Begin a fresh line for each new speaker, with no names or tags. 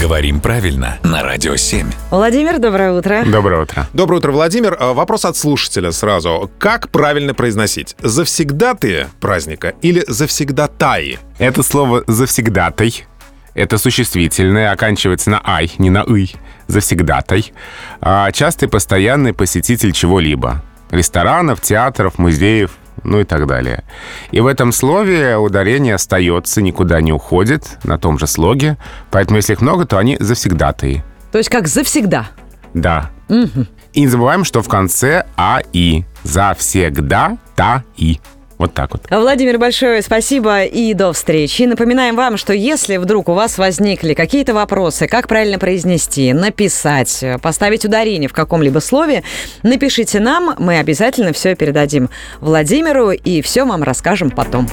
Говорим правильно на Радио 7.
Владимир, доброе утро.
Доброе утро.
Доброе утро, Владимир. А, Вопрос от слушателя сразу. Как правильно произносить? Завсегда ты праздника или завсегда таи?
Это слово «завсегдатай». Это существительное, оканчивается на «ай», не на «ый». «Завсегдатай». А, частый постоянный посетитель чего-либо. Ресторанов, театров, музеев, ну и так далее. И в этом слове ударение остается, никуда не уходит, на том же слоге. Поэтому если их много, то они «завсегдатые».
То есть как завсегда.
Да. И не забываем, что в конце «а-и». «Завсегда та-и». Вот так вот.
Владимир, большое спасибо и до встречи. Напоминаем вам, что если вдруг у вас возникли какие-то вопросы, как правильно произнести, написать, э, поставить ударение в каком-либо слове, напишите нам, мы обязательно все передадим Владимиру и все вам расскажем потом.